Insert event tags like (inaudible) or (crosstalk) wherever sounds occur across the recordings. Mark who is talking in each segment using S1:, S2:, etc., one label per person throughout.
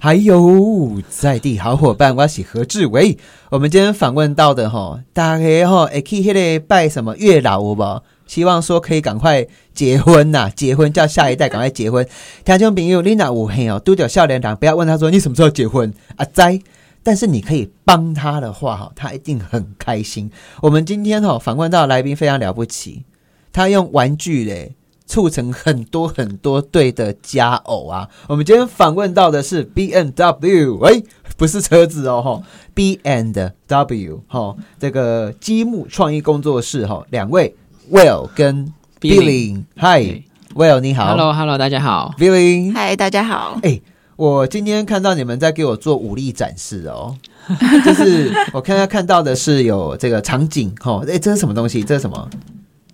S1: 还有在地好伙伴，我是何志伟。我们今天访问到的哈，大家哈，哎，去那个拜什么月老有无？希望说可以赶快结婚呐、结婚叫下一代赶快结婚。听众朋友，你若有嘿哦，都叫笑脸党，不要问他说你什么时候结婚啊？在，但是你可以帮他的话哈，他一定很开心。我们今天哈访问到的来宾非常了不起，他用玩具嘞。促成很多很多对的佳偶啊！我们今天访问到的是 B N W，哎，不是车子哦，哈，B and W，哈，这个积木创意工作室，哈，两位 Will 跟 Billy，嗨，Will 你好
S2: Hello，Hello，大家好。嗯
S1: ，Billy，
S3: 嗨，大家好。
S1: 哎、我今天看到你们在给我做武力展示哦， (laughs) 就是我看到看到的是有这个场景，哈，哎，这是什么东西？这是什么？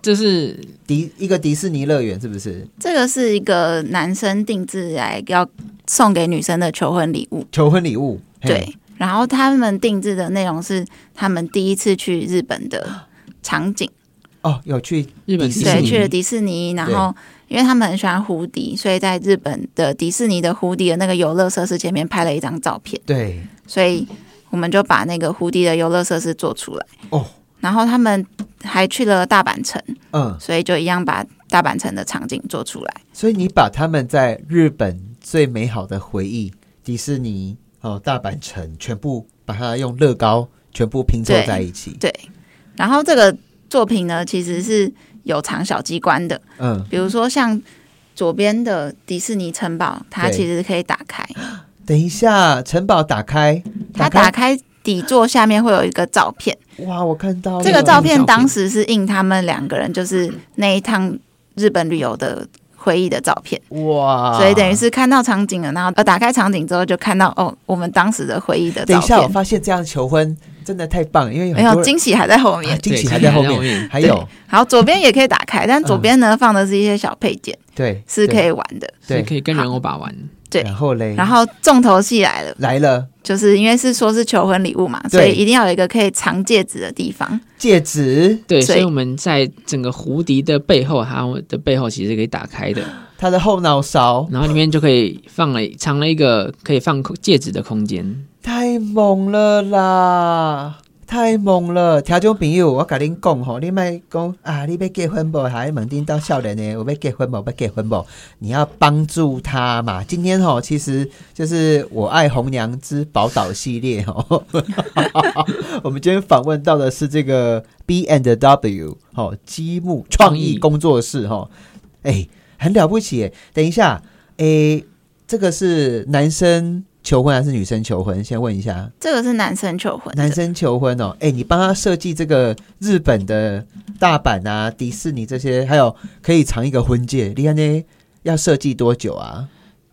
S2: 这是
S1: 迪一个迪士尼乐园是不是？
S3: 这个是一个男生定制来要送给女生的求婚礼物，
S1: 求婚礼物，嘿
S3: 对。然后他们定制的内容是他们第一次去日本的场景，
S1: 哦，有去
S2: 日本
S1: 迪士
S2: 迪士
S3: 对，
S2: 尼
S3: 去了迪士尼，然后。因为他们很喜欢蝴蝶，所以在日本的迪士尼的蝴蝶的那个游乐设施前面拍了一张照片，
S1: 对
S3: 所以我们就把那个蝴蝶的游乐设施做出来。
S1: 哦，
S3: 然后他们还去了大阪城，
S1: 嗯，
S3: 所以就一样把大阪城的场景做出来。
S1: 所以你把他们在日本最美好的回忆，迪士尼哦，大阪城，全部把它用乐高全部拼凑
S3: 对
S1: 在一起，
S3: 对，然后这个作品呢，其实是有藏小机关的，
S1: 嗯，
S3: 比如说像左边的迪士尼城堡，它
S1: 对
S3: 其实可以打开，
S1: 等一下，城堡打开，
S3: 它打开底座下面会有一个照片，
S1: 哇，我看到了
S3: 这个照
S2: 照
S3: 片
S2: 片
S3: 当时是印他们两个人就是那一趟日本旅游的。回忆的照片，
S1: 哇，
S3: 所以等于是看到场景了，然后呃打开场景之后就看到哦，我们当时的回忆的
S1: 等
S3: 照
S1: 一下，我
S3: 片，
S1: 发现这样求婚真的太棒，因为有很
S3: 没
S1: 多
S3: 有
S1: 人
S3: 惊喜还在后
S1: 啊
S3: 面。
S1: 哎惊喜
S2: 对
S1: 还在后
S2: 惊喜还在后
S1: 面，
S2: 面
S1: 还有
S3: 好，左边也可以打开，但左边呢放的是一些小配件，
S1: 对
S3: 是可
S1: 嗯对
S3: 以玩的。
S2: 所以
S1: 对
S2: 可以跟人偶把玩。
S3: 对
S1: 然后嘞，
S3: 然后重头戏来了，
S1: 来了
S3: 就是因为是说是求婚礼物嘛，
S1: 对
S3: 所以一定要有一个可以藏戒指的地方。
S1: 戒指，
S2: 对，
S3: 所
S2: 所
S3: 以
S2: 以我们在整个胡迪的背后，它的背后其实可以打开的，
S1: 他的后脑勺
S2: 然后里面就可以放了藏了一个可以放空戒指的空间。
S1: 太猛了啦！太猛了！听众朋友，我甲恁讲吼，你莫讲啊，你要结婚无？还问恁到少年呢？有要结婚无？要结婚无？你要帮助他嘛。今天吼，其实就是我爱红娘之宝岛系列吼。 (laughs) 我们今天访问到的是这个 B and W 吼积木创意工作室吼，哎、很了不起耶！等一下，哎、这个是男生求婚还是女生求婚？先问一下，
S3: 这个是男生求婚的，
S1: 男生求婚哦，哎、你帮他设计这个日本的大阪啊、迪士尼这些，还有可以藏一个婚戒，你看呢？要设计多久啊？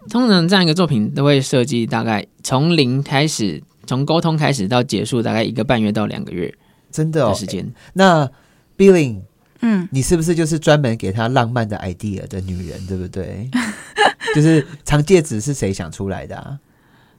S2: 通常这样一个作品都会设计大概从零开始，从沟通开始到结束，大概一个半月到两个月
S1: 真的
S2: 的
S1: 哦
S2: 时。间。
S1: 那 Billing，
S3: 嗯，
S1: 你是不是就是专门给他浪漫的 idea 的女人，对不对？就是藏戒指是谁想出来的啊？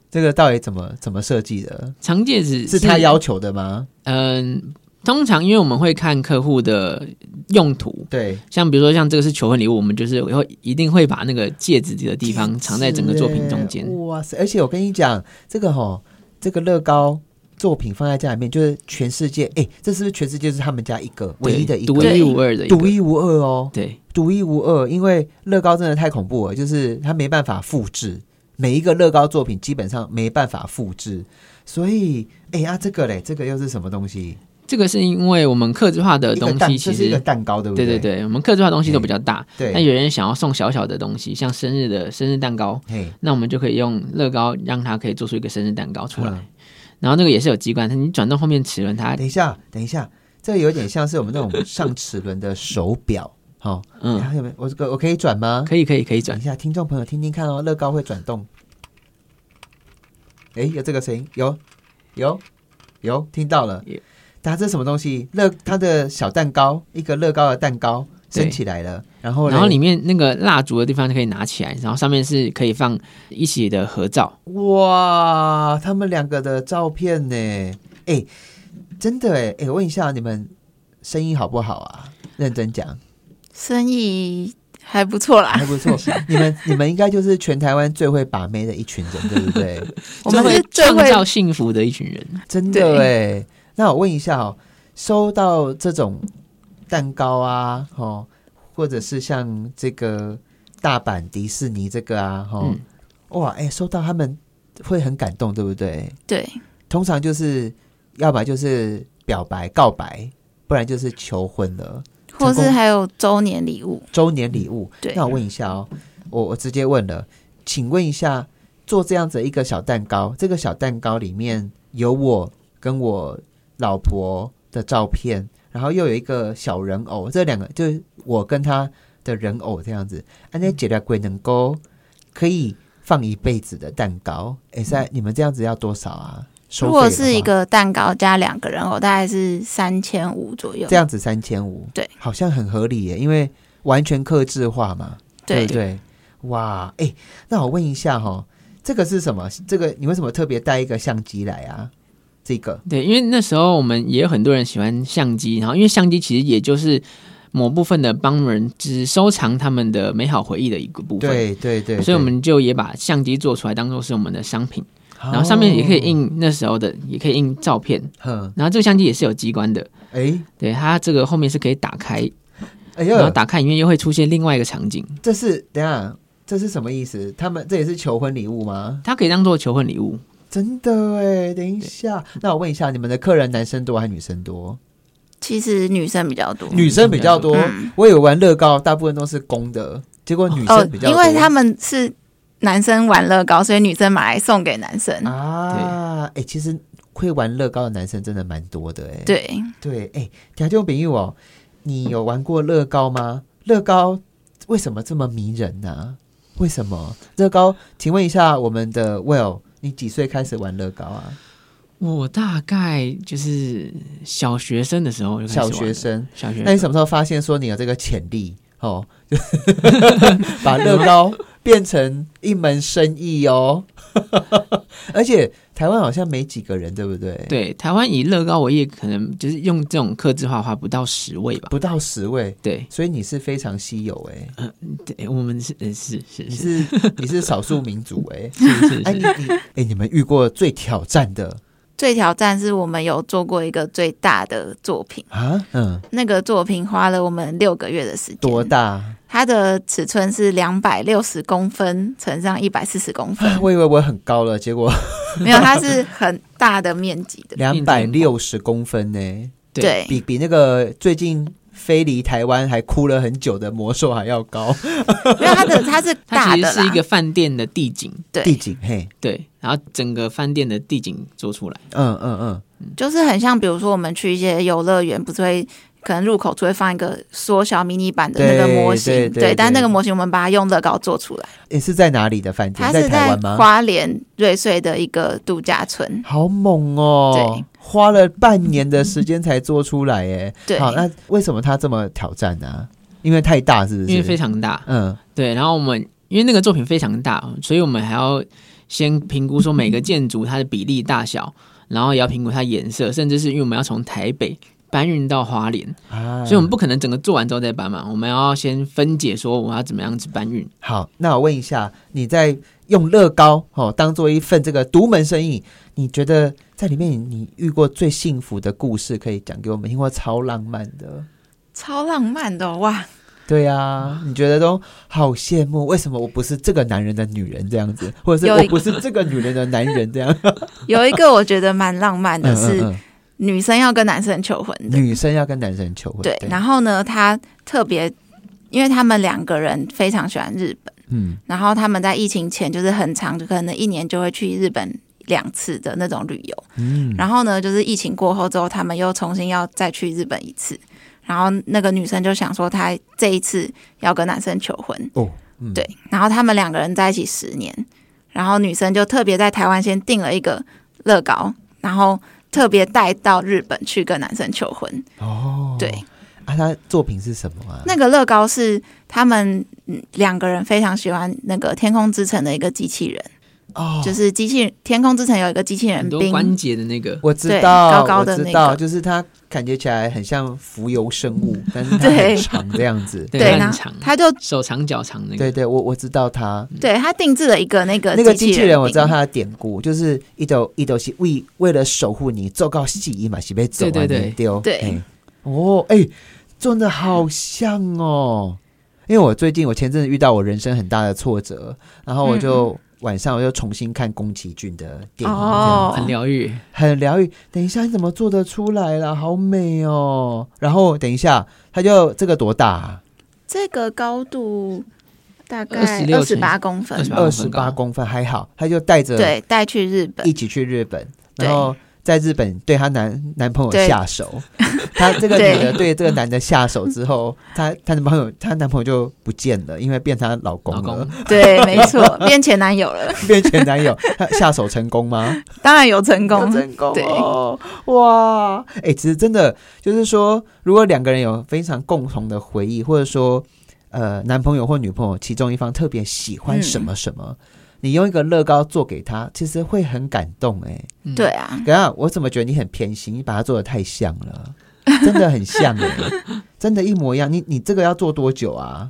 S1: 这个到底怎么怎么设计的？
S2: 藏戒指
S1: 是他要求的吗？
S2: 嗯，通常因为我们会看客户的用途，
S1: 对，
S2: 像比如说像这个是求婚礼物，我们就是会一定会把那个戒指的地方藏在整个作品中间
S1: 是欸。哇塞！而且我跟你讲，这个吼，这个乐高作品放在家里面，就是全世界，哎、这是不是全世界是他们家一个唯一的一
S2: 独
S1: 个
S3: 对
S2: 一无二的一个
S1: 独一无二哦，
S2: 对
S1: 独一无二？因为乐高真的太恐怖了，就是它没办法复制，每一个乐高作品基本上没办法复制，所以，哎、啊，这个嘞，这个又是什么东西？
S2: 这个是因为我们客制化的
S1: 一个
S2: 东
S1: 蛋，
S2: 西
S1: 这
S2: 其
S1: 是一个
S2: 实。
S1: 蛋糕，对不
S2: 对对
S1: 对
S2: 对，我们客制化的东西都比较大，
S1: 对
S2: 那有人想要送小小的东西，像生日的生日蛋糕，
S1: 嘿，
S2: 那我们就可以用乐高让它可以做出一个生日蛋糕出来。
S1: 嗯
S2: 然后那个也是有机关，你转动后面齿轮它，
S1: 等一下，等一下，这有点像是我们那种上齿轮的手表，好、
S2: 嗯，
S1: 还有没有？我这个我可以转吗？
S2: 可以可以可以
S1: 等
S2: 转
S1: 一，下，听众朋友听听看哦，乐高会转动。诶，有这个声音，有，有，有，听到了
S2: 有。
S1: 它这是什么东西？乐，它的小蛋糕，一个乐高的蛋糕
S2: 对
S1: 升起来了，然后嘞
S2: 然后里面那个蜡烛的地方就可以拿起来，然后上面是可以放一起的合照。
S1: 哇，他们两个的照片呢？诶，真的诶，诶，我问一下你们生意好不好啊？认真讲，
S3: 生意还不错
S2: 啊
S3: 啦。
S1: 还不
S2: (laughs)
S1: 错。你们你们应该就是全台湾最会把妹的一群人，对不对？
S3: 我们是最
S2: 创
S3: 会
S2: 造幸福的一群人。
S1: 真的哎。那我问一下哦，收到这种蛋糕啊，哦，或者是像这个大阪迪士尼这个啊，哦，
S2: 嗯
S1: 哇，哎、收到他们会很感动，对不对？
S3: 对
S1: 通常就是要么就是表白告白，不然就是求婚了，成
S3: 或是
S1: 功
S3: 还有周年礼物，
S1: 周年礼物。
S3: 对
S1: 那我问一下哦，我我直接问了，请问一下，做这样子一个小蛋糕，这个小蛋糕里面有我跟我老婆的照片，然后又有一个小人偶，这两个就是我跟他的人偶这样子。安那姐的鬼能够可以放一辈子的蛋糕，哎塞，你们这样子要多少啊？收
S3: 如
S1: 费
S3: 果
S1: 的
S3: 是一
S1: 话
S3: 个蛋糕加两个人偶，大概是三千五左右
S1: 这。样子三千五，
S3: 对，
S1: 好像很合理耶，因为完全克制化嘛，
S3: 对
S1: 不对？哇，哎、那我问一下哈、这个是什么？这个你为什么特别带一个相机来啊？这个
S2: 对，因为那时候我们也有很多人喜欢相机，然后因为相机其实也就是某部分的帮人只收藏他们的美好回忆的一个部分。
S1: 对对对，
S2: 所以
S1: 对
S2: 我们就也把相机做出来，当做是我们的商品，
S1: 哦
S2: 然后上面也可以印那时候的，也可以印照片。
S1: 哼，
S2: 然后这个相机也是有机关的，
S1: 哎、
S2: 对它这个后面是可以打开，
S1: 哎
S2: 然后
S1: 呦，
S2: 打开里面又会出现另外一个场景，
S1: 这是等一下这是什么意思？他们这也是求婚礼物吗？
S2: 它可以当做求婚礼物。
S1: 真的哎，等一下，那我问一下，你们的客人男生多还是女生多？
S3: 其实女生比较多，
S1: 女生比较多，
S3: 嗯
S1: 我以为玩乐高大部分都是公的，结果女
S3: 哦
S1: 生比，较
S3: 因
S1: 多，
S3: 为他们是男生玩乐高，所以女生买来送给男生。
S1: 啊，哎、其实会玩乐高的男生真的蛮多的、哎，
S3: 对，
S1: 对，哎、条件比喻哦，你有玩过乐高吗？乐高为什么这么迷人呢、为什么乐高？请问一下我们的 Will，你几岁开始玩乐高啊？
S2: 我大概就是小学生的时候就开始
S1: 小
S2: 玩了
S1: 学，生。
S2: 小
S1: 那
S2: 学
S1: 你什么时候发现说你有这个潜力？哦， (laughs) 把乐高变成一门生意哦。 (laughs) 而且台湾好像没几个人，对不对？
S2: 对台湾以乐高为业，可能就是用这种刻字画画不到十位吧。
S1: 不到十位，
S2: 对，
S1: 所以你是非常稀有哎、
S2: 对我们是呃是是
S1: 你
S2: 是
S1: 是你是少数民族哎、
S2: 是是
S1: (laughs) 哎、你
S2: 是，
S1: 你哎、你们遇过最挑战的
S3: 最挑战是我们有做过一个最大的作品，
S1: 啊？嗯，
S3: 那个作品花了我们六个月的时间。
S1: 多？大？，
S3: 它的尺寸是两百六十公分乘上一百四十公
S1: (laughs)
S3: 分
S1: 啊我以为我很高了，结果
S3: 没有，它是很大的面积的。
S1: 两百六十公分呢、
S2: 对
S3: 对，
S1: 比比那个最近飞离台湾还哭了很久的魔兽还要高。
S3: 没有它的，它是
S2: 它
S3: 大
S2: 其
S3: 的
S2: 实
S3: 啦。
S2: 是一个饭店的地景，
S1: 地
S3: 对，
S1: 景嘿，
S2: 对，然后整个饭店的地景做出来，
S1: 嗯嗯嗯，
S3: 就是很像，比如说我们去一些游乐园，不是会可能入口处会放一个缩小迷你版的那个模型，
S1: 对对对
S3: 但
S1: 对
S3: 那个模型我们把它用乐高做出来，
S1: 也、是在哪里的饭店？
S3: 它是
S1: 台
S3: 在
S1: 湾吗？
S3: 花莲瑞穗的一个度假村。
S1: 好猛哦！花了半年的时间才做出来哎。
S3: (laughs) 对，
S1: 好，那为什么它这么挑战呢、因为太大是不是？
S2: 因为非常大，
S1: 嗯，
S2: 对，然后我们因为那个作品非常大，所以我们还要先评估说每个建筑它的比例大小，然后也要评估它颜色，甚至是因为我们要从台北搬运到花莲，
S1: 啊，
S2: 所以我们不可能整个做完之后再搬嘛，我们要先分解说我要怎么样子搬运。
S1: 好，那我问一下，你在用乐高哦当做一份这个独门生意，你觉得在里面你你遇过最幸福的故事可以讲给我们听，或超浪漫的？
S3: 超浪漫的哦、哇！
S1: 对啊，你觉得都好羡慕，为什么我不是这个男人的女人这样子，或者是
S3: 有
S1: 我
S3: 一
S1: 不是这个女人的男人这
S3: (laughs)
S1: 样？
S3: 有一个我觉得蛮浪漫的
S1: 嗯
S3: 是，
S1: 嗯
S3: 女生要跟男生求婚
S1: 嗯，
S3: 的。
S1: 女生要跟男生求婚，
S3: 对，然后呢，他特别，因为他们两个人非常喜欢日本，
S1: 嗯，
S3: 然后他们在疫情前就是很长，就可能一年就会去日本两次的那种旅游。
S1: 嗯
S3: 然后呢，就是疫情过后之后，他们又重新要再去日本一次。然后那个女生就想说，她这一次要跟男生求婚，
S1: 哦，嗯，
S3: 对。然后他们两个人在一起十年，然后女生就特别在台湾先订了一个乐高，然后特别带到日本去跟男生求婚。
S1: 哦，
S3: 对，
S1: 啊，他作品是什么啊？
S3: 那个乐高是他们嗯两个人非常喜欢那个《天空之城》的一个机器人，
S1: 哦，
S3: 就是机器人天空之城有一个机器
S1: 嗯
S3: 人
S2: 很多
S3: 兵，
S2: 关节的那个，
S1: 我知
S3: 对
S1: 道，
S3: 高高的
S1: 我
S3: 那
S1: 知
S3: 个
S1: 道，就是它感觉起来很像浮游生物，但是它很
S3: 对
S1: 长这样子。
S2: 对
S3: 对，
S2: 它
S3: 然
S2: 很
S3: 后
S2: 长，
S3: 他就
S1: 嗯
S2: 手长脚长那
S1: 对
S2: 个，
S1: 对，我我知道它
S3: 对他定制了一个那个
S1: 那个机器人，我
S3: 兵
S1: 知道它的典故，就是一斗一斗是为为了守护你，做到细一嘛，是被走
S2: 对对对
S1: 丢。
S3: 对
S1: 哎哦，哎，真的好像哦，因为我最近我前阵子遇到我人生很大的挫折，然
S3: 嗯
S1: 后我就。晚上我又重新看宫崎骏的电影，
S3: 哦
S2: 很疗愈，
S1: 很疗愈。等一下，你怎么做得出来啦？好美哦！然后等一下，他就这个多大、啊？
S3: 这个高度大概
S2: 26
S3: 二十八公分，
S2: 28
S1: 二
S2: 公
S1: 十
S2: 分
S1: 八
S2: 高
S1: 公分，还好。他就带着
S3: 对，带去日本
S1: 一。起去日本，
S3: 对
S1: 然后在日本对她男男朋友
S3: 对
S1: 下手。她这个
S3: 对
S1: 女的对这个男的下手之后，她她男朋友她男朋友就不见了，因为变她老公
S2: 老
S1: 了
S2: 公，
S3: 对，没错，变前男友了，
S1: (laughs) 变前男友。她下手成功吗？
S3: 当然有成
S1: 要
S3: 功。
S1: 真功
S3: 对
S1: 哦，哇！哎、其实真的就是说，如果两个人有非常共同的回忆，或者说呃，男朋友或女朋友其中一方特别喜欢什
S3: 嗯
S1: 么什么，你用一个乐高做给他，其实会很感动、
S3: (laughs)
S1: 哎，
S2: 嗯
S3: 对，啊，
S1: 等一下我怎么觉得你很偏心？你把它做的太像了，真的很像哎、真的，一模一样。你你这个要做多久啊？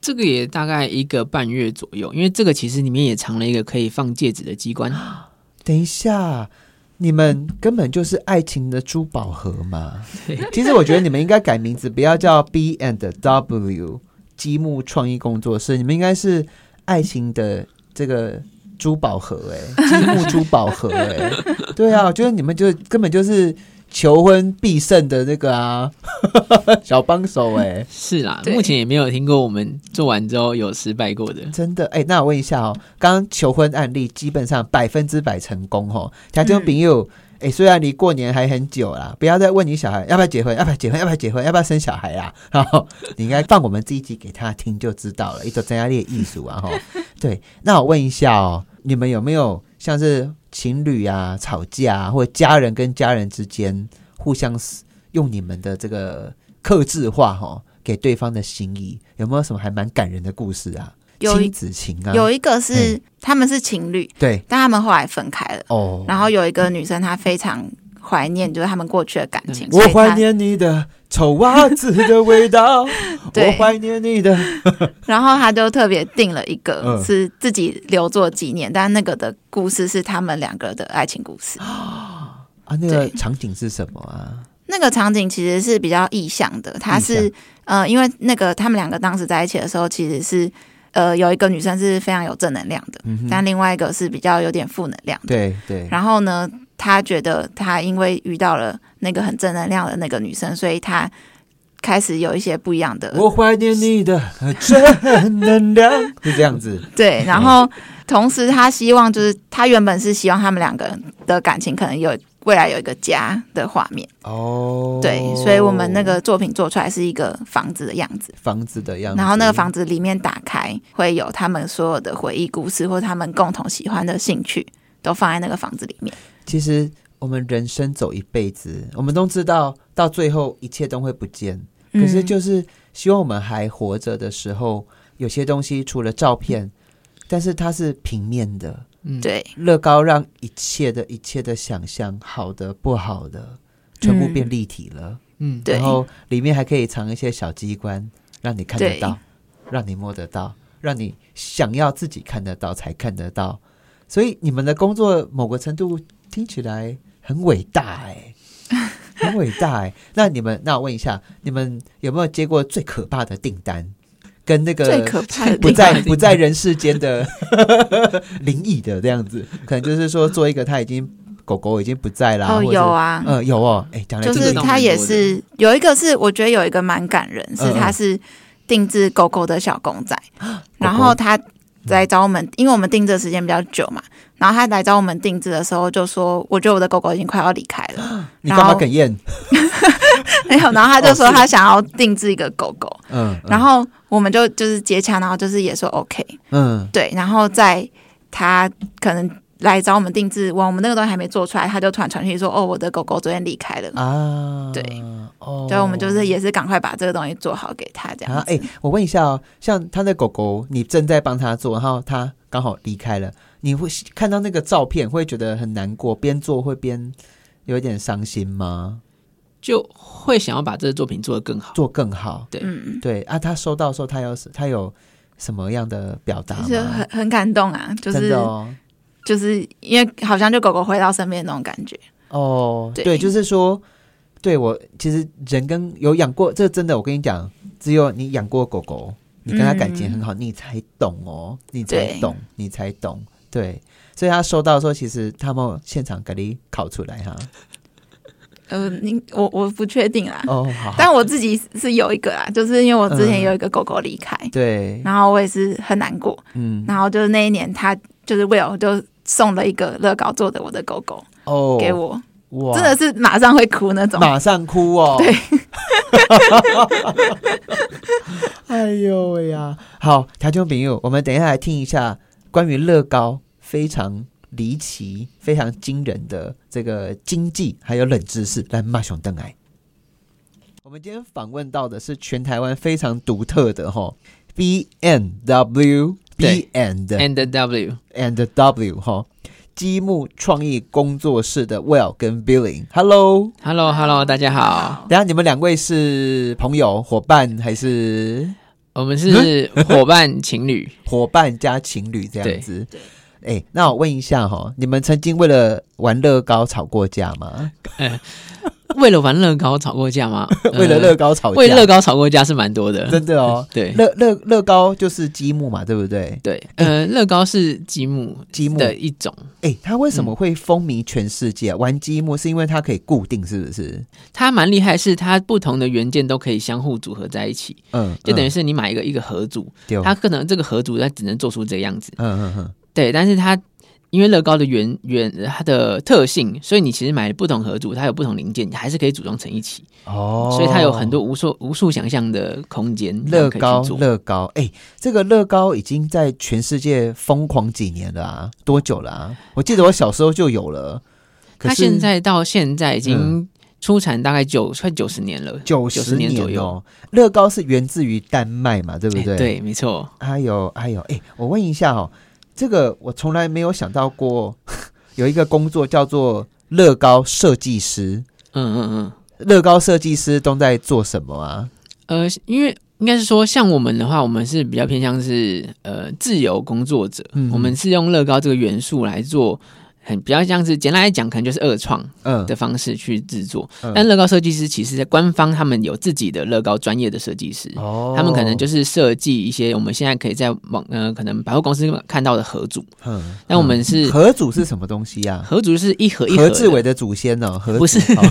S2: 这个也大概一个半月左右，因为这个其实里面也藏了一个可以放戒指的机关，
S1: 啊等一下，你们根本就是爱情的珠宝盒嘛
S2: 对！
S1: 其实我觉得你们应该改名字，不要叫 B and W 积木创意工作室，你们应该是爱情的这个珠宝盒、哎，积木珠宝盒、哎，对啊，我觉得你们就根本就是求婚必胜的那个啊， (laughs) 小帮手、哎。
S2: 是啦，
S3: 对
S2: 目前也没有听过我们做完之后有失败过的，
S1: 真的，哎、那我问一下哦，刚刚求婚案例基本上百分之百成功哦。家中朋友，哎、虽然离过年还很久啦，不要再问你小孩要不要结婚，要不要结婚，要不要结婚，要不要生小孩 (laughs) 啦。然后你应该放我们这一集给他听就知道了，一种增加力的艺术啊哈。对，那我问一下哦，你们有没有像是情侣啊吵架、啊，或者家人跟家人之间互相用你们的这个克制化哈、哦，给对方的心意，有没有什么还蛮感人的故事啊？
S3: 有
S1: 亲子情啊，
S3: 有一个是他们是情侣，
S1: 对
S3: 但他们后来分开了。
S1: 哦，
S3: 然后有一个女生，她非常怀念就是他们过去的感情，
S1: 嗯我
S3: 所以她
S1: 怀念你的臭袜子的味道，我
S3: (laughs) 对
S1: 怀念你的
S3: 然后他就特别定了一
S1: 嗯
S3: 个是自己留作纪念，但那个的故事是他们两个的爱情故事。
S1: 啊，那个
S3: 对
S1: 场景是什么啊？
S3: 那个场景其实是比较意象的，它
S1: 意
S3: 是呃，因为那个他们两个当时在一起的时候，其实是呃有一个女生是非常有正能量的，
S1: 嗯哼，嗯
S3: 但另外一个是比较有点负能量的。
S1: 对对，
S3: 然后呢，他觉得他因为遇到了那个很正能量的那个女生，所以他开始有一些不一样的
S1: 我怀念你的呃正能量， (laughs) 是这样子，
S3: 对，然后同时他希望就是他原本是希望他们两个人的感情可能有未来有一个家的画面，
S1: 哦，
S3: 对，所以我们那个作品做出来是一个房子的样子，
S1: 房子的样子，
S3: 然后那个房子里面打开会有他们所有的回忆故事或他们共同喜欢的兴趣。都放在那个房子里面，
S1: 其实我们人生走一辈子，我们都知道到最后一切都会不见，
S3: 嗯
S1: 可是就是希望我们还活着的时候，有些东西除了照片，但是它是平面的，
S2: 嗯，
S3: 嗯，对
S1: 乐高让一切的一切的想象，好的不好的，全部变立体了，
S2: 嗯，
S3: 对
S1: 然后里面还可以藏一些小机关，让你看得到，让你摸得到，让你想要自己看得到才看得到。所以你们的工作某个程度听起来很伟大
S3: (laughs)
S1: 哎、很伟大哎、那你们，那我问一下，你们有没有接过最可怕的订单？跟那个
S3: 最可怕的
S1: 不
S2: 可怕
S3: 地
S1: 在
S2: 的
S3: 方，
S2: 订
S1: 不在人世间的 (laughs) 灵异的这样子，可能就是说做一个他已经狗狗已经不在啦，
S3: 哦，
S1: 或者
S3: 有，啊，
S1: 呃，有哦，哎，讲来
S3: 就
S1: 这
S3: 是
S1: 个
S3: 他也是有一个是我觉得有一个蛮感人，
S1: 嗯
S3: 是
S1: 嗯
S3: 他是定制狗狗的小公仔，
S1: (gasps)
S3: 然
S1: 狗
S3: 后他来找我们，因为我们定制的时间比较久嘛，然后他来找我们定制的时候就说，我觉得我的狗狗已经快要离开
S1: (laughs)
S3: 了，
S1: 你干嘛
S3: 然后
S1: 哽咽？
S3: 没有，然后他就
S1: 哦
S3: 说
S1: 是
S3: 他想要定制一个狗狗，
S1: 嗯，
S3: 然后我们就就是接洽，然后就是也说 OK，
S1: 嗯，
S3: 对，然后在他可能来找我们定制，哇，我们那个东西还没做出来，他就突然传讯息说，哦，我的狗狗昨天离开了
S1: 嗯。啊，
S3: 对，
S1: 哦，
S3: 对，我们就是也是赶快把这个东西做好给他这样
S1: 啊
S3: 子。，
S1: 哎，我问一下哦，像他的狗狗，你正在帮他做，然后他刚好离开了，你会看到那个照片会觉得很难过，边做会边有一点伤心吗？
S2: 就会想要把这个作品做得更好。
S1: 做更好，
S2: 对
S3: 嗯，
S1: 对啊，他收到的时候他有他有什么样的表达
S3: 就是
S1: 吗
S3: 很？很感动啊，就
S1: 真
S3: 是、
S1: 的哦，
S3: 就是因为好像就狗狗回到身边那种感觉，
S1: 哦，
S3: 对
S1: 对，就是说，对我其实人跟有养过，这真的，我跟你讲，只有你养过狗狗，你跟它感情很好，你才懂哦，你才
S3: 对
S1: 懂，你才懂，对。所以他收到的时候，其实他们现场给你烤出来哈。
S3: 呃，你我我不确定啦，
S1: 哦，好好，
S3: 啊但我自己是有一个啦，就是因为我之前有一个狗狗离开，
S1: 嗯对，
S3: 然后我也是很难过，
S1: 嗯，
S3: 然后就是那一年他就是 Will 就送了一个乐高做的我的狗狗
S1: 哦，
S3: 给我，
S1: 哇，
S3: 真的是马上会哭那种，
S1: 马上哭哦。
S3: 对，
S1: (laughs) 哎呦喂呀！好，台中朋友，我们等一下来听一下关于乐高非常离奇、非常惊人的这个经济还有冷知识，来骂熊邓来。我们今天访问到的是全台湾非常独特的哈、B N W B
S2: 对
S1: and
S2: And W，
S1: and W 哈、积木创意工作室的 Well 跟 Billing。Hello，
S2: Hello Hello，大家好，
S1: 等一下你们两位是朋友、伙伴还是
S2: 我们是
S1: 嗯
S2: 伙伴
S1: (laughs)
S2: 情侣，
S1: 伙伴加情侣这样
S2: 对
S1: 子？哎、那我问一下哈、你们曾经为了玩乐高吵过架吗？
S2: 为了玩乐高吵过架吗？
S1: (laughs) 为了乐高吵
S2: 呃
S1: 架，
S2: 为乐高吵过架是蛮多的，
S1: 真的哦。
S2: (laughs) 对
S1: 乐乐乐高就是积木嘛，对不对？
S2: 对，呃，乐高是积木
S1: 积木，
S2: 的
S1: 哎、
S2: 一种，
S1: 它为
S2: 嗯
S1: 什么会风靡全世界、玩积木是因为它可以固定，是不是？
S2: 它蛮厉害，是它不同的元件都可以相互组合在一起，
S1: 嗯，
S2: 就等于
S1: 嗯
S2: 是你买一个一个合组，
S1: 对
S2: 它可能这个合组它只能做出这个样子，
S1: 嗯嗯嗯，
S2: 对，但是它因为乐高的原原它的特性，所以你其实买不同合组，它有不同零件，你还是可以组装成一起，
S1: 哦，
S2: 所以它有很多无数无数想象的空间，
S1: 乐
S2: 然
S1: 高
S2: 后可以去，做。
S1: 乐高，哎、这个乐高已经在全世界疯狂几年了啊，多久了啊？我记得我小时候就有
S2: (laughs)
S1: 了，可
S2: 它
S1: 是
S2: 现在到现在
S1: 嗯
S2: 已经出产大概九快九十年了，
S1: 九
S2: 90
S1: 十
S2: 年左右
S1: 哦。乐高是源自于丹麦嘛，对不对？
S2: 哎对，没错。
S1: 哎呦，哎呦，哎、我问一下哦，这个我从来没有想到过， (laughs) 有一个工作叫做乐高设计师。
S2: 嗯嗯嗯，
S1: 乐高设计师都在做什么啊？
S2: 呃，因为应该是说，像我们的话，我们是比较偏向是呃自由工作者，
S1: 嗯
S2: 我们是用乐高这个元素来做。很比较像是简单来讲，可能就是二创
S1: 嗯
S2: 的方式去制作。
S1: 嗯
S2: 但乐高设计师其实，在官方他们有自己的乐高专业的设计师，
S1: 哦
S2: 他们可能就是设计一些我们现在可以在网呃可能百货公司看到的合组。
S1: 嗯，
S2: 但我们是
S1: 合组是什么东西啊？
S2: 合组，就是一盒一盒
S1: 何
S2: 的
S1: 志伟的祖先呢、哦？何
S2: 不是
S1: 组哦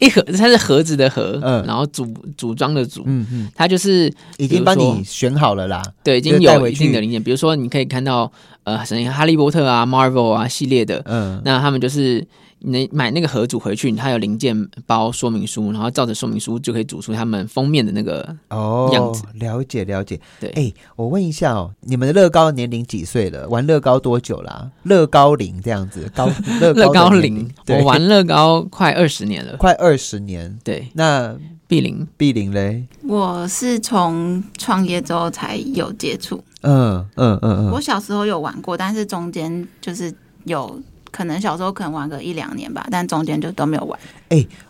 S2: 一盒，它是盒子的盒，
S1: 嗯
S2: 然后组组装的组，
S1: 嗯
S2: (laughs)
S1: 嗯，
S2: 它就是
S1: 已经帮你选好了啦。
S2: 对，已
S1: 就是
S2: 经
S1: 带
S2: 有
S1: 回
S2: 一定的
S1: 去
S2: 零件，比如说你可以看到呃，什么哈利波特啊、Marvel 啊系列的，
S1: 嗯，
S2: 那他们就是你买那个盒组回去，它有零件包说明书，然后照着说明书就可以组出他们封面的那个。
S1: 哦，
S2: 样子
S1: 了解了解。
S2: 对
S1: 哎、我问一下哦，你们的乐高年龄几岁了？玩乐高多久啦、乐高龄这样子，
S2: (laughs)
S1: 高乐
S2: 乐
S1: 高
S2: 高
S1: 的年
S2: 零
S1: 龄，
S2: 我
S1: 对，
S2: 玩乐高快二
S1: (laughs)
S2: 十年了，
S1: 快二十年。
S2: 对，
S1: 那
S2: 碧零
S1: 碧玲嘞？
S3: 我是从创业之后才有接触，
S1: 嗯嗯嗯
S3: 我
S1: 嗯，
S3: 小时候有玩过，但是中间就是有可能小时候可能玩个一两年吧，但中间就都没有玩。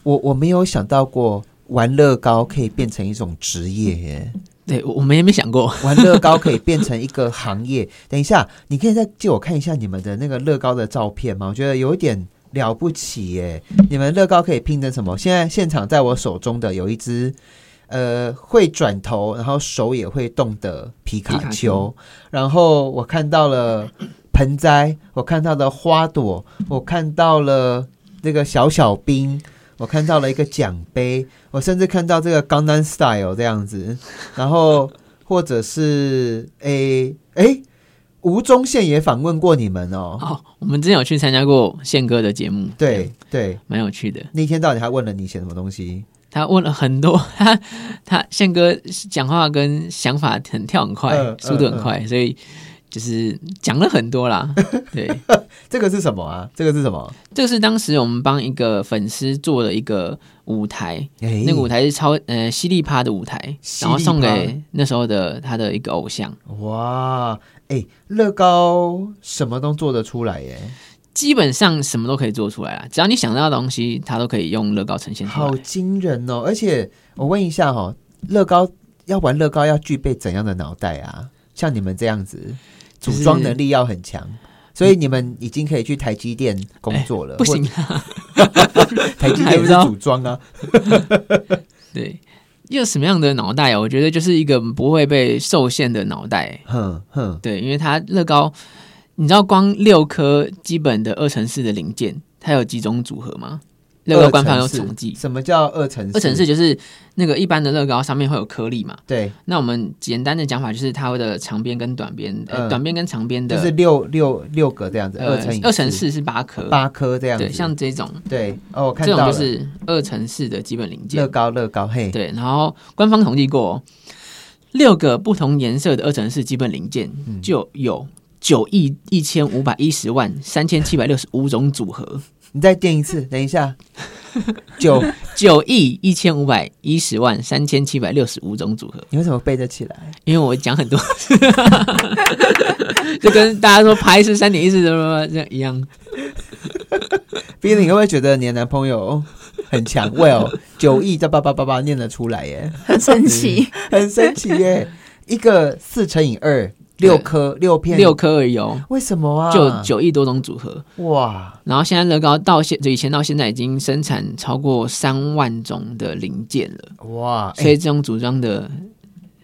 S1: 我我没有想到过玩乐高可以变成一种职业耶，
S2: 对我我们也没想过，
S1: (laughs) 玩乐高可以变成一个行业。等一下，你可以再借我看一下你们的那个乐高的照片吗？我觉得有一点了不起耶！你们乐高可以拼成什么？现在现场在我手中的有一只。呃，会转头，然后手也会动的皮卡
S2: 皮卡
S1: 丘
S2: 丘，
S1: 然后我看到了盆栽，我看到了花朵，我看到了那个小小兵，我看到了一个奖杯，我甚至看到这个《江南 Style》这样子，然后或者是诶诶，吴宗宪也访问过你们哦，
S2: 哦，我们之前有去参加过宪哥的节目，
S1: 对，对，
S2: 蛮有趣的。
S1: 那天到底他问了你些什么东西？
S2: 他问了很多， (laughs) 他他宪哥讲话跟想法很跳很快，
S1: 嗯
S2: 速度很快，所以就是讲了很多
S1: (laughs)
S2: 啦。对，
S1: 这个是什么啊？这个是什么？
S2: 这是当时我们帮一个粉丝做了一个舞台，
S1: 哎
S2: 那个舞台是超呃犀利趴的舞台，
S1: 犀利趴
S2: 然后送给那时候的他的一个偶像。
S1: 哇，哎，乐高什么都做得出来耶，
S2: 基本上什么都可以做出来啦，只要你想到的东西，它都可以用乐高呈现出
S1: 好
S2: 来。
S1: 惊人哦！而且我问一下哈、哦，乐高要玩乐高要具备怎样的脑袋啊？像你们这样子，组
S2: 就是
S1: 装能力要很强。所以你们已经可以去台积电工作了，
S2: 不行啊，
S1: 或，台积
S2: (laughs) 还
S1: 电
S2: 不
S1: 是
S2: 知道
S1: 组装啊，
S2: 对，要什么样的脑袋啊？我觉得就是一个不会被受限的脑袋。
S1: 哼哼，
S2: 对，因为它乐高，你知道光六颗基本的二乘四的零件，它有几种组合吗？乐高官方有
S1: 二乘四
S2: 统计，
S1: 什么叫二乘四？
S2: 二乘四就是那个一般的乐高上面会有颗粒嘛。
S1: 对，
S2: 那我们简单的讲法就是它的长边跟短边，呃
S1: 嗯
S2: 短边跟长边的，
S1: 就是六六六个这样子，
S2: 呃
S1: 二乘以
S2: 二乘四是八颗，
S1: 八颗这样子，
S2: 对，像这种
S1: 对哦，我看
S2: 这
S1: 到
S2: 种
S1: 了，
S2: 就是二乘四的基本零
S1: 乐
S2: 件。
S1: 高乐高嘿，
S2: 对，然后官方统计过哦，六个不同颜色的二乘四基本零件就有九亿一千五百一十万三千七百六十五种组合，
S1: 你再垫一次，等一
S2: (laughs)
S1: 下，九，
S2: 九亿一千五百一十万三千七百六十五种组合。
S1: 你为什么背得起来？
S2: 因为我讲很多， (laughs) 就跟大家说拍是三点一四什么这样一样。
S1: 毕竟你会不会觉得你的男朋友很
S2: (laughs)
S1: 强？Well，九亿这八八八八念得出来耶，
S3: 很神奇。
S1: 很神奇耶！一个四乘以二，六颗六片，
S2: 六颗而已哦，
S1: 为什么啊？
S2: 就九亿多种组合。
S1: 哇，
S2: 然后现在乐高到现就以前到现在已经生产超过三万种的零件了，
S1: 哇！
S2: 所以
S1: 哎
S2: 这种组装的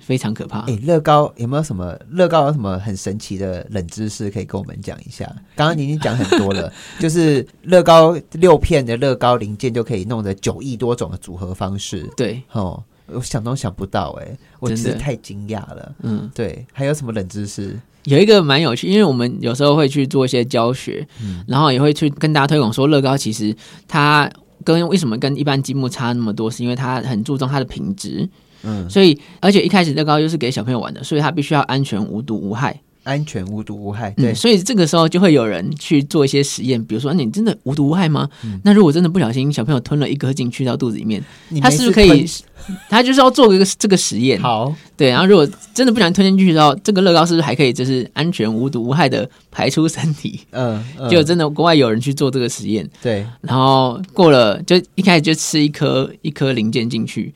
S2: 非常可怕。
S1: 哎，乐高有没有什么乐高有什么很神奇的冷知识可以跟我们讲一下？刚刚你已经讲很多
S2: (laughs)
S1: 了，就是乐高六片的乐高零件就可以弄得九亿多种的组合方式。
S2: 对，
S1: 哦，我想都想不到哎、我
S2: 真
S1: 真
S2: 的
S1: 是太惊讶了。
S2: 嗯，
S1: 对，还有什么冷知识？
S2: 有一个蛮有趣，因为我们有时候会去做一些教学，
S1: 嗯
S2: 然后也会去跟大家推广说乐高其实它。跟为什么跟一般积木差那么多，是因为它很注重它的品质，
S1: 嗯，
S2: 所以而且一开始乐高又是给小朋友玩的，所以它必须要安全无毒无害。
S1: 安全无毒无害。对，
S2: 嗯，所以这个时候就会有人去做一些实验，比如说，你真的无毒无害吗？
S1: 嗯
S2: 那如果真的不小心小朋友吞了一颗进去到肚子里面，
S1: 你
S2: 他
S1: 没
S2: 是不
S1: 事
S2: 是可以
S1: 吞？
S2: 他就是要做一个这个实验，
S1: 好，
S2: 对。然后如果真的不小心吞进去之后，这个乐高是不是还可以就是安全无毒无害的排出身体？
S1: 嗯、嗯
S2: 就真的国外有人去做这个实验，
S1: 对，
S2: 然后过了就一开始就吃一颗一颗零件进去，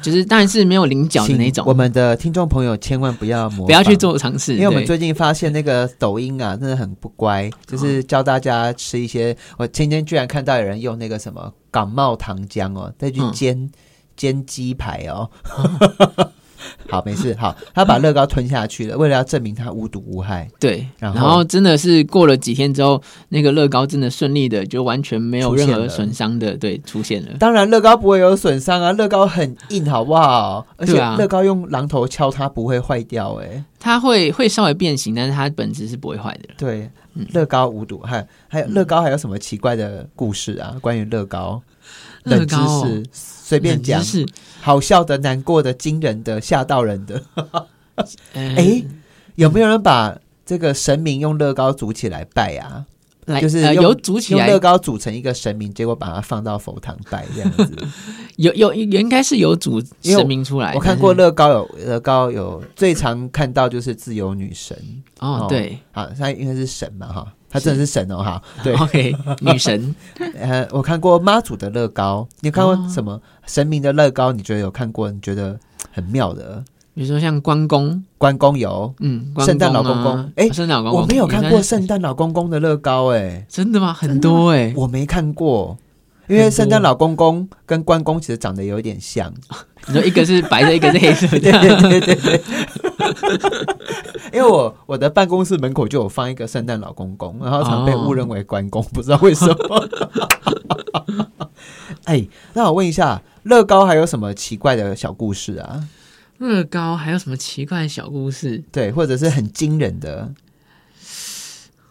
S2: 就是当然是没有菱角的
S1: 请
S2: 那种
S1: 我，们的听众朋友千万不要模仿，
S2: 不要去。做尝试，
S1: 因为我们
S2: 对哦
S1: 最近发现那个抖音啊，真的很不乖，就是教大家吃一些。我今天居然看到有人用那个什么感冒糖浆哦，再去
S2: 嗯哦
S1: 煎、煎鸡排哦。 (laughs) 好，没事，好，他把乐高吞下去了，为了要证明他无毒无害。
S2: 对，
S1: 然
S2: 然
S1: 后
S2: 后真的是过了几天之后，那个乐高真的顺利的就完全没有
S1: 出
S2: 任
S1: 现
S2: 何
S1: 了
S2: 损伤的，对，出现了。
S1: 当然，乐高不会有损伤啊，乐高很硬，好不好？而且
S2: 对啊
S1: 乐高用榔头敲它不会坏掉、欸，
S2: 它会会稍微变形，但是它本质是不会坏的。
S1: 对，
S2: 嗯
S1: 乐高无毒，还有还有乐高还有什么奇怪的故事啊？关于乐高冷
S2: 乐
S1: 知
S2: 高哦
S1: 识，随便讲，
S2: 是，
S1: 好笑的、难过的、惊人的、吓到人的。
S2: 哎、
S1: 哎，有没有人把这个神明用乐高组起来拜啊？
S2: 来，
S1: 就是
S2: 呃、
S1: 用
S2: 有组起
S1: 用
S2: 来
S1: 乐，高组成一个神明，结果把它放到佛堂拜这样子。
S2: (laughs) 有有有应该是有组
S1: 因为
S2: 神明出来。
S1: 我
S2: 但
S1: 看
S2: 是
S1: 过乐高有乐高有最常看到就是自由女神。
S2: 哦
S1: 哦，
S2: 对
S1: 好，他应该是神嘛哈，他真的是神哦哈。
S2: (laughs)
S1: 对， (laughs)
S2: ，OK，女神，
S1: 呃，我看过妈祖的乐高，你有看过
S2: 哦
S1: 什么神明的乐高？你觉得有看过？你觉得很妙的？
S2: 比如说像关公，
S1: 关公有，
S2: 嗯，关
S1: 圣诞
S2: 公
S1: 老
S2: 啊
S1: 公公哎
S2: 圣诞老公公，
S1: 我没有
S2: 也
S1: 看
S2: 算
S1: 过
S2: 是
S1: 圣诞老公公的乐高、欸，
S2: 真的吗？很多哎、
S1: 我没看过。因为
S2: 很多
S1: 圣诞老公公跟关公其实长得有点像，
S2: 你说一个是白的，一个是黑色的，
S1: 对 (laughs) 对
S2: (laughs)
S1: 对对对。因为我我的办公室门口就有放一个圣诞老公公，然后常被
S2: 哦
S1: 误认为关公，不 (laughs) 知道为什么。 (laughs) 哎，那我问一下，乐高还有什么奇怪的小故事啊？
S2: 乐高还有什么奇怪的小故事？
S1: 对，或者是很惊人的，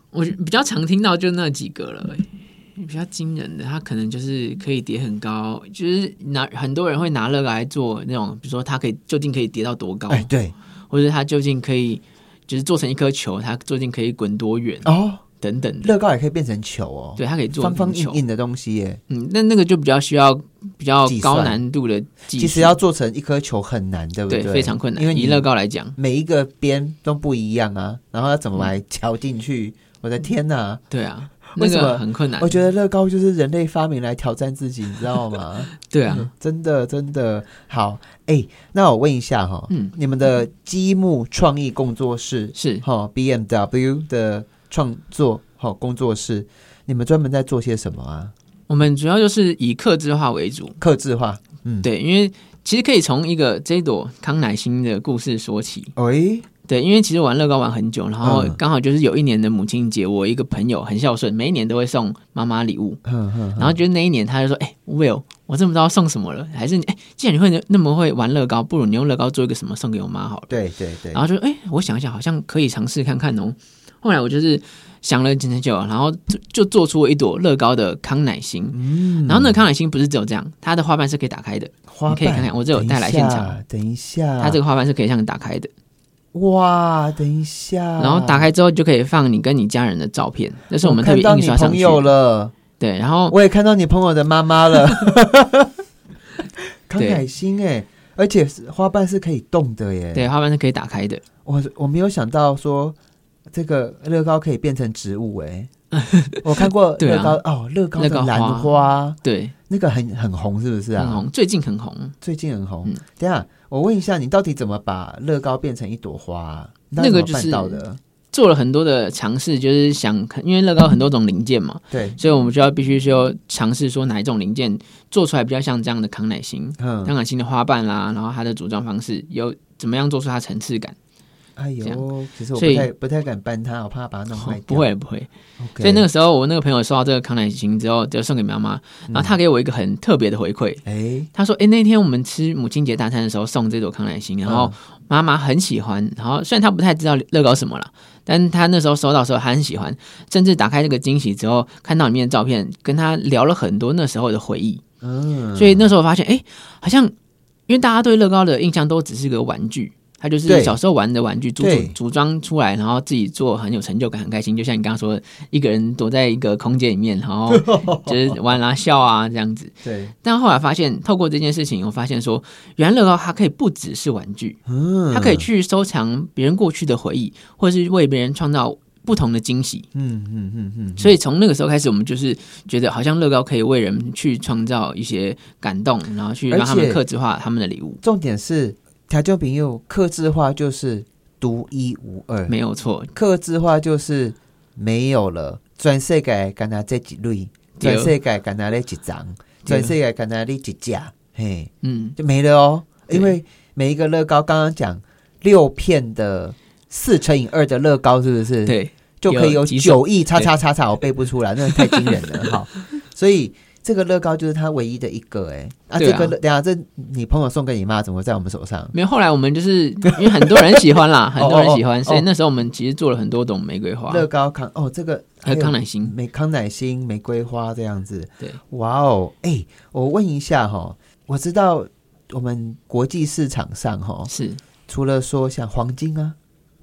S2: 我比较常听到就那几个了、欸，比较惊人的，它可能就是可以叠很高，就是拿很多人会拿乐高来做那种，比如说它可以究竟可以叠到多高，
S1: 哎哎，对，
S2: 或者它究竟可以就是做成一颗球，它究竟可以滚多远
S1: 哦，
S2: 等等的。
S1: 乐高也可以变成球哦，
S2: 对，它可以做
S1: 方方
S2: 成球
S1: 硬。硬的东西耶。
S2: 嗯，那那个就比较需要比较
S1: 计算
S2: 高难度的技术，
S1: 其实要做成一颗球很难，对不
S2: 对
S1: 对，
S2: 非常困难。
S1: 因为你
S2: 以乐高来讲，
S1: 每一个边都不一样啊，然后要怎么
S2: 嗯
S1: 来敲进去？我的天哪！
S2: 对啊，
S1: 为
S2: 那
S1: 什么
S2: 个很困难
S1: 我。觉得乐高就是人类发明来挑战自己，你知道吗？
S2: 对啊，
S1: 嗯真的真的好。哎、那我问一下哈、
S2: 嗯，
S1: 你们的积木创意工作室
S2: 是
S1: 哈、b M W 的创作哈、工作室，你们专门在做些什么啊？
S2: 我们主要就是以克制化为主，
S1: 刻制化，嗯，，
S2: 对，因为其实可以从一个这一朵康乃馨的故事说起。
S1: 喂、
S2: 对，因为其实玩乐高玩很久，然后
S1: 嗯
S2: 刚好就是有一年的母亲节，我一个朋友很孝顺，每一年都会送妈妈礼物。
S1: 哼哼
S2: 然后就是那一年，他就说：“哎、w i l l 我真不知道送什么了，还是你哎、既然你会那么会玩乐高，不如你用乐高做一个什么送给我妈好了。”
S1: 对对对，
S2: 然后就哎、我想一想，好像可以尝试看看哦。后来我就是想了很久，然后就就做出了一朵乐高的康乃馨。
S1: 嗯
S2: 然后那个康乃馨不是只有这样，它的花瓣是可以打开的，
S1: 花瓣
S2: 你可以看看我这有带来现场
S1: 等一下，
S2: 它这
S1: 个
S2: 个花瓣是可以这样打开的。
S1: 哇，等一下，
S2: 然后打开之后就可以放你跟你家人的照片，那是我们特别
S1: 看到
S2: 印
S1: 你
S2: 刷上
S1: 朋
S2: 去。哦
S1: 友了，
S2: 对，然后
S1: 我也看到你朋友的妈妈
S2: (laughs)
S1: 了，康
S2: 对
S1: 乃馨哎，而且是花瓣是可以动的耶，
S2: 对，花瓣是可以打开的。
S1: 我我没有想到说这个乐高可以变成植物
S2: (laughs)
S1: 哎、我看过
S2: 对啊
S1: 乐高、哦，乐高的
S2: 乐高花
S1: 兰花，
S2: 对，
S1: 那个很很红是不是啊？
S2: 很红，最近很红。
S1: 最近很红。
S2: 嗯
S1: 等一下我问一下，你到底怎么把乐高变成一朵花、啊？你到底
S2: 那个
S1: 怎么
S2: 就
S1: 办
S2: 是
S1: 到的，
S2: 做了很多的尝试，就是想，因为乐高很多种零件嘛，
S1: 对，
S2: 所以我们就要必须说尝试说哪一种零件做出来比较像这样的康乃馨。
S1: 嗯，
S2: 康乃馨的花瓣啦，然后它的组装方式有怎么样做出它层次感？
S1: 哎
S2: 这
S1: 呦，其实我
S2: 所
S1: 不
S2: 以
S1: 太不太敢搬它，我怕把它弄坏掉。
S2: 哦 (laughs) 不会不会。
S1: OK，
S2: 所以那个时候，我那个朋友收到这个康乃馨之后，就送给妈妈，
S1: 嗯
S2: 然后她给我一个很特别的回馈。
S1: 哎、
S2: 她说：“哎、那天我们吃母亲节大餐的时候送这朵康乃馨，然后
S1: 嗯
S2: 妈妈很喜欢。然后虽然她不太知道乐高什么了，但她那时候收到的时候还很喜欢，甚至打开这个惊喜之后，看到里面的照片，跟她聊了很多那时候的回忆。
S1: 嗯，
S2: 所以那时候我发现，哎、好像因为大家对乐高的印象都只是个玩具，它就
S1: 对
S2: 是小时候玩的玩具，组
S1: 对
S2: 组组装出来，然后自己做很有成就感，很开心。就像你刚刚说的，一个人躲在一个空间里面，然
S1: (laughs)
S2: 后就是玩啊、笑啊这样子。
S1: 对，
S2: 但后来发现，透过这件事情，我发现说，原来乐高它可以不只是玩具，
S1: 嗯，
S2: 它可以，去收藏别人过去的回忆，或是为别人创造不同的惊喜。
S1: 嗯嗯嗯嗯，
S2: 所以从那个时候开始，我们就是觉得好像乐高可以为人去创造一些感动，然后去让他
S1: 而
S2: 们
S1: 且
S2: 克制化他们的礼物。
S1: 重点是调教饼又克制化，就是独一无二。
S2: 没有错，
S1: 克制化就是没有了，全世界干那这几类，
S2: 对
S1: 全世界干那那几张，
S2: 对
S1: 全世界干那那几架，嘿，
S2: 嗯，
S1: 就没了哦。
S2: 对
S1: 因为每一个乐高，刚刚讲六片的四乘以二的乐高，是不是？，
S2: 对，
S1: 就可以有
S2: 有几种
S1: 九亿叉叉叉叉，我背不出来，那太惊人
S2: (laughs)
S1: 了哈。所以这个乐高就是它唯一的一个、哎，啊，
S2: 对
S1: 这
S2: 啊
S1: 个乐等一下这你朋友送给你妈，怎么会在我们手上？
S2: 没有。后来我们就是因为很多人喜欢
S1: (laughs)
S2: 啦，很多人喜
S1: 哦哦
S2: 欢，所以那时候我们其实做了很多种玫瑰花
S1: 乐高康哦，这个
S2: 还有康乃
S1: 嗯
S2: 馨。
S1: 玫康乃馨、玫瑰花这样子。
S2: 对，
S1: 哇哦，哎、我问一下哈，我知道我们国际市场上哈，
S2: 是，
S1: 除了说像黄金啊，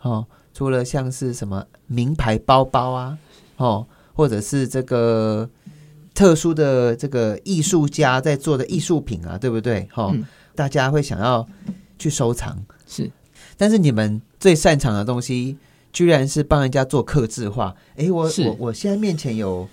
S1: 哦，除了像是什么名牌包包啊，哦，或者是这个特殊的这个艺术家在做的艺术品啊，对不对？哈、
S2: 嗯
S1: 大家会想要去收藏，
S2: 是
S1: 但是你们最擅长的东西，居然是帮人家做刻字化。诶，我
S2: 是
S1: 我我现在面前有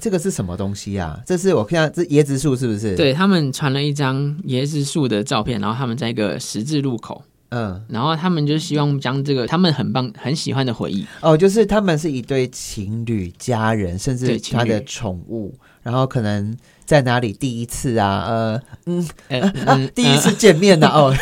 S1: 这个是什么东西啊？这是我看到这椰子树是不是？，
S2: 对他们传了一张椰子树的照片，然后他们在一个十字路口，
S1: 嗯，
S2: 然后他们就希望将这个他们很棒、很喜欢的
S1: (laughs)
S2: 回忆，
S1: 哦，就是他们是一对情侣、家人，甚至
S2: 对情
S1: 他
S2: 侣
S1: 的宠物，然后可能在哪里第一次啊？呃，
S2: 呃，
S1: 啊
S2: 嗯，
S1: 第一次见面呐、
S2: (laughs)
S1: 哦，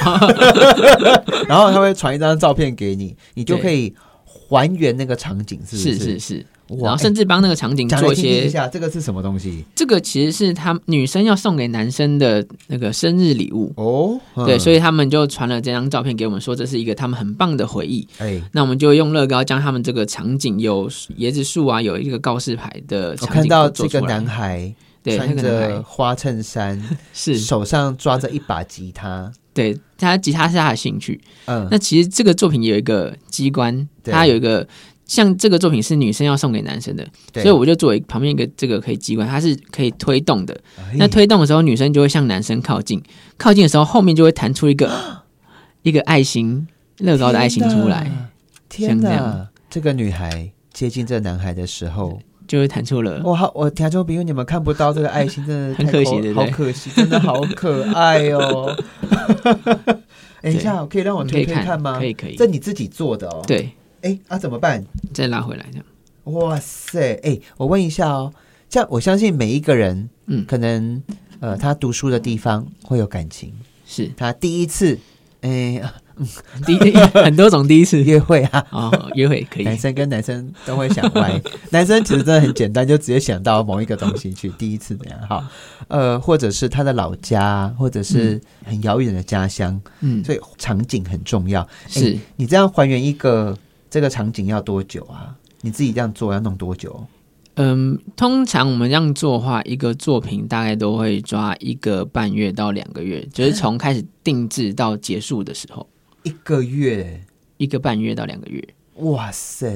S1: 然后他会传一张照片给你，你就
S2: 对
S1: 可以还原那个场景，是
S2: 呃
S1: 不
S2: 是
S1: 是
S2: 是是，
S1: 哇
S2: 然后
S1: 诶
S2: 甚至帮那个场景
S1: 讲
S2: 做
S1: 来
S2: 一
S1: 听听
S2: 些
S1: 一下，这个是什么东西？
S2: 这个其实是他女生要送给男生的那个生日礼物。
S1: 哦，
S2: 对，所
S1: 以
S2: 以他们就传了这张照片给我们，说这是一个他们很棒的回忆。
S1: 哎。
S2: 那我们就用乐高将他们这个场景有椰子树啊，有一个告示牌的
S1: 我
S2: 场
S1: 看
S2: 景
S1: 到
S2: 都做
S1: 这
S2: 出
S1: 个
S2: 来
S1: 男孩
S2: 对，那
S1: 穿
S2: 个男
S1: 着
S2: 孩
S1: 花衬衫，
S2: (laughs) 是
S1: 手上抓着一把吉他，
S2: 对他吉他是他的兴趣。
S1: 嗯，
S2: 那其实这个作品有一个机关，
S1: 对
S2: 它有一个像这个作品是女生要送给男生的，
S1: 对
S2: 所以我就做一旁边一个这个可以机关，它是可以推动的。
S1: 哎
S2: 那推动的时候，女生就会向男生靠近，靠近的时候，后面就会弹出一个一个爱心乐高的爱心出来，，
S1: 天
S2: 像这
S1: 哪
S2: 样！
S1: 这个女孩接近这男孩的时候，
S2: 就会弹出了。
S1: 我好，我听众朋友你们看不到这个爱心，真的
S2: 嗯 (laughs) 很
S1: 太
S2: 可惜
S1: 抠
S2: 对不
S1: 好
S2: 对
S1: 可惜，真的好可爱
S2: (laughs)
S1: 哦。哎等一下，哦可以让我
S2: 你可
S1: 推
S2: 以
S1: 推
S2: 看
S1: 吗
S2: 可？以可以
S1: 这。你自己做的哦。，
S2: 对，
S1: 哎，啊怎么办？
S2: 再拉回来这样。
S1: 哇塞，哎，我问一下哦，这样我相信每一个人，
S2: 嗯，
S1: 可能呃，他读书的地方会有感情，
S2: 是
S1: 他第一次，哎，
S2: 第一 (laughs) 很多种第一
S1: (laughs)
S2: 次
S1: 约会啊，
S2: 哦，约会可以
S1: 男生跟男生都会想歪， (laughs) 男生其实真的很简单，就直接想到某一个东西去，第一次那样哈，呃，或者是他的老家，或者是很遥远的家乡，
S2: 嗯，
S1: 所以场景很重要。
S2: 是
S1: 你这样还原一个这个场景要多久啊？你自己这样做要弄多久？
S2: 嗯，通常我们这样做的话，一个作品大概都会抓一个半月到两个月，就是从开始定制到结束的时候，
S1: 一个月？
S2: 一个半月到两个月。
S1: 哇塞！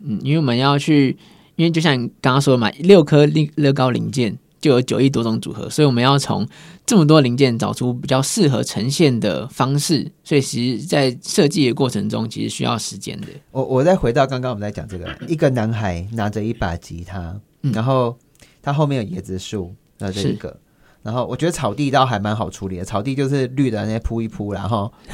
S2: 嗯，因为我们要去，因为就像你刚刚说的嘛，六颗乐乐高零件就有九亿多种组合，所以我们要从这么多零件找出比较适合呈现的方式，所以其实，在设计的过程中，其实需要时间的。
S1: 我我再回到刚刚我们在讲这个，一个男孩拿着一把吉他，
S2: 嗯
S1: 然后他后面有椰子树，呃，这
S2: 是
S1: 一个。然后我觉得草地倒还蛮好处理的，草地就是绿的那些铺一铺，然后， (laughs)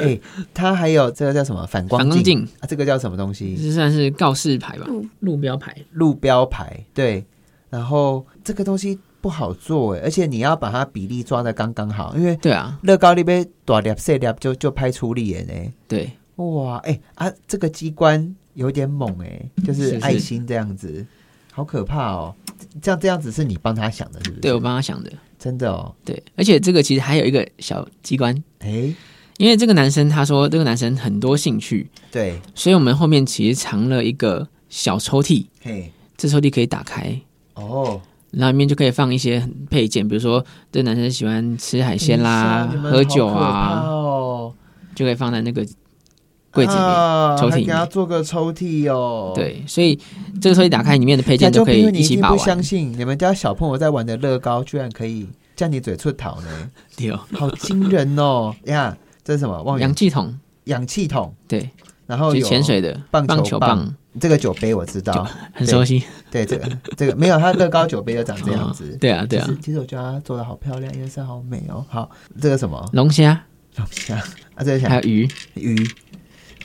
S1: 哎、它还有这个叫什么反光
S2: 反光镜
S1: 啊，这个叫什么东西？
S2: 这算是告示牌吧
S3: 路，
S2: 路标牌。
S1: 路标牌对，然后这个东西不好做哎，而且你要把它比例抓的刚刚好，因为
S2: 对啊，
S1: 乐高那边短粒碎粒就就拍出力呢。
S2: 对，
S1: 哇，哎、啊，这个机关有点猛哎、
S2: (laughs)
S1: 就是
S2: 是是
S1: 爱心这样子，好可怕哦！这样这样子是你帮他想的，是不是？
S2: 对我帮他想的。
S1: 真的哦。
S2: 对，而且这个其实还有一个小机关，
S1: 哎、
S2: 因为这个男生他说这个男生很多兴趣，
S1: 对，
S2: 所以我们后面其实藏了一个小抽屉，
S1: 嘿，
S2: 这抽屉可以打开，
S1: 哦，
S2: 然后里面就可以放一些配件，比如说这男生喜欢吃海鲜哎啦、
S1: 哎等一下你们
S2: 喝酒
S1: 好可怕
S2: 啊，
S1: 哦，
S2: 就可以放在那个柜子里面。
S1: 啊
S2: 抽屉
S1: 还
S2: 里
S1: 给
S2: 面
S1: 他做个抽屉哦。。
S2: 对，所以这个抽屉打开，里面的配
S1: 假
S2: 件都
S1: 装
S2: 可
S1: 比
S2: 以
S1: 如你
S2: 一
S1: 一
S2: 起
S1: 定
S2: 把
S1: 不相
S2: 玩。
S1: 信，你们家小朋友在玩的乐高居然可以叫你嘴唇讨
S2: (laughs)
S1: 呢，
S2: 对哦，
S1: 好惊人哦！呀，这是什么？望
S2: 氧
S1: 远
S2: 气筒，
S1: 氧气筒，
S2: 对，
S1: 然后
S2: 就
S1: 有
S2: 潜水的
S1: 棒球
S2: 棒球棒，
S1: 这个酒杯我知道，
S2: 很熟悉。
S1: (laughs) 对，这个这个没有，它乐高酒杯就长这样子
S2: 哦。对啊， (laughs) 对啊
S1: 其，实其实我觉得它做的好漂亮，颜色好美哦。好，这个什么
S2: 龙虾
S1: 龙虾啊？这个
S2: 还
S1: 想
S2: 有鱼，
S1: 鱼，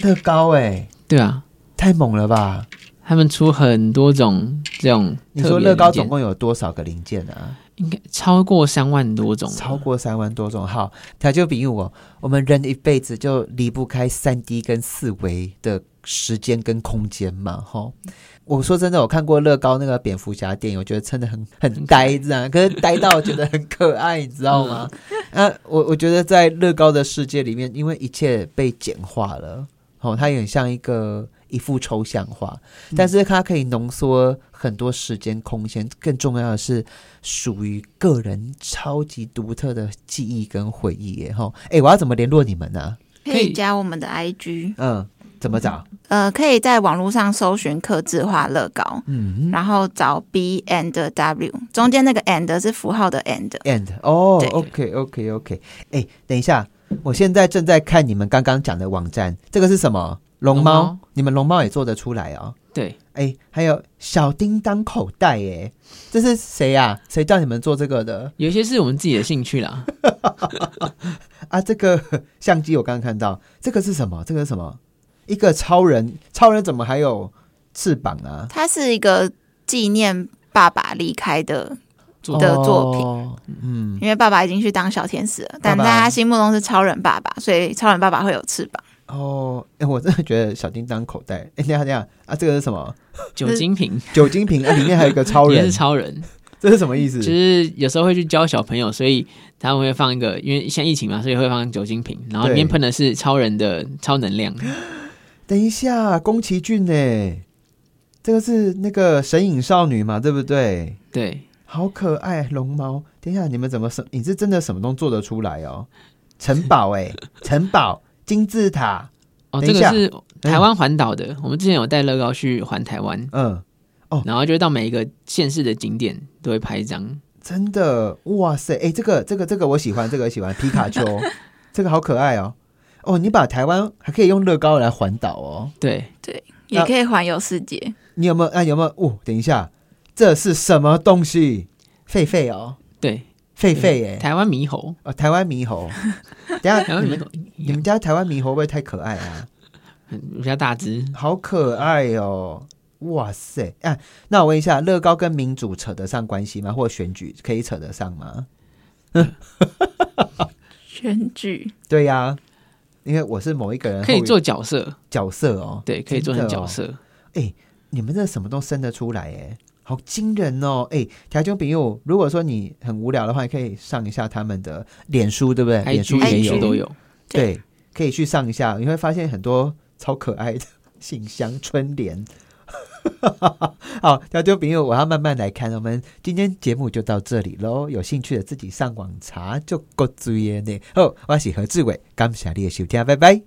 S1: 乐高哎、
S2: 对啊，
S1: 太猛了吧！
S2: 他们出很多种这种特别
S1: 你
S2: 零件。
S1: 说乐高总共有多少个零件啊？
S2: 应该超过三万多种，
S1: 超过三万多种。好，它就比喻我，我们人一辈子就离不开三 D 跟四维的时间跟空间嘛，哈。我说真的，我看过乐高那个蝙蝠侠电影，我觉得真的很很呆，这样，可是呆到我觉得很可爱，你知道吗？啊，我我觉得在乐高的世界里面，因为一切被简化了，哦，它也很像一个一幅抽象画，但是它可以浓缩很多时间空间，更重要的是属于个人超级独特的记忆跟回忆耶，哈、哎，我要怎么联络你们呢、
S3: 可以加我们的 IG，
S1: 嗯，怎么找？
S3: 呃，可以在网络上搜寻刻字化乐高，
S1: 嗯
S3: 然后找 B and W，中间那个 and 是符号的 and，
S1: ，and 哦
S3: 对
S1: ，OK OK OK，哎、等一下，我现在正在看你们刚刚讲的网站，这个是什么？龙
S2: 龙
S1: 猫，
S2: 猫
S1: 你们龙猫也做得出来哦。
S2: 对，
S1: 哎，还有小叮当口袋，哎，这是谁呀、啊？谁叫你们做这个的
S2: 有一些是我们自己的兴
S1: (laughs)
S2: 趣啦。
S1: 啊？这个 (laughs) 呵相机我刚刚看到，这个是什么？这个是什么？一个超人，超人怎么还有翅膀啊？
S3: 它是一个纪念爸爸离开的，的作品
S1: 哦嗯，
S3: 因为爸爸已经去当小天使了，
S1: 爸
S3: 但
S1: 爸
S3: 在他心目中是超人爸爸，所以超人爸爸会有翅膀。
S1: 哦，哎，我真的觉得小叮当口袋，哎，等一下等一下啊，这个是什
S2: (laughs)
S1: 么？
S2: 酒精瓶
S1: 酒精瓶，啊，里面还有一个超
S2: (laughs) 也
S1: 人
S2: 是，超人，
S1: 这是什么意思？
S2: 就是有时候会去教小朋友，所以他们会放一个，因为现在疫情嘛，所以会放酒精瓶，然后里面
S1: 对
S2: 喷的是超人的超能量。
S1: 等一下，宫崎骏呢？哎这个是那个神隐少女嘛，对不对？
S2: 对，
S1: 好可爱，龙猫。等一下，你们怎么什？你是真的什么都做得出来哦？城堡哎、城堡、金字塔，
S2: 哦，
S1: 等一
S2: 这个
S1: 下哎
S2: 是台湾环岛的，我们之前有带乐高去环台湾，
S1: 嗯，
S2: 然后就会到每一个县市的景点都会拍一张。
S1: 真的，哇塞，哎、这个这个这个我喜欢，这个我喜欢皮卡丘，
S2: (laughs)
S1: 这个好可爱哦。哦，你把台湾还可以用乐高来环岛哦。
S2: 对，
S3: 也可以环游世界。
S1: 你有没有？啊，有没有？哦，等一下，这是什么东西？狒狒哦，
S2: 对，
S1: 狒狒哎，
S2: 台湾猕猴，
S1: 哦，台湾猕
S2: (laughs)
S1: 猴。等一下
S2: 台湾
S1: 你
S2: 猕
S1: 们
S2: 猴
S1: 你们家台湾猕猴会不会太可爱啊？
S2: 嗯比较大只，
S1: 好可爱哦！哇塞，哎、那我问一下，乐高跟民主扯得上关系吗？或选举可以扯得上吗？
S3: 选举
S1: 对呀、因为我是某一个人
S2: 可以
S1: 后
S2: 做角色，
S1: 角色哦，
S2: 对，可以做成角色。
S1: 你们这什么都生得出来哎，好惊人哦！哎，台中朋友，如果说你很无聊的话，你可以上一下他们的脸书，对不对？
S2: I
S1: 脸
S2: G
S1: 书
S3: 也
S1: 哎也
S2: H
S1: 有，
S2: 都有，
S1: 对，可以去上一下，你会发现很多超可爱的信箱春联。 (laughs) 好，台中朋友，我要慢慢来看。我们今天节目就到这里喽，有兴趣的自己上网查就够注意呢。哦，我是何志伟，感谢你的收听，拜拜。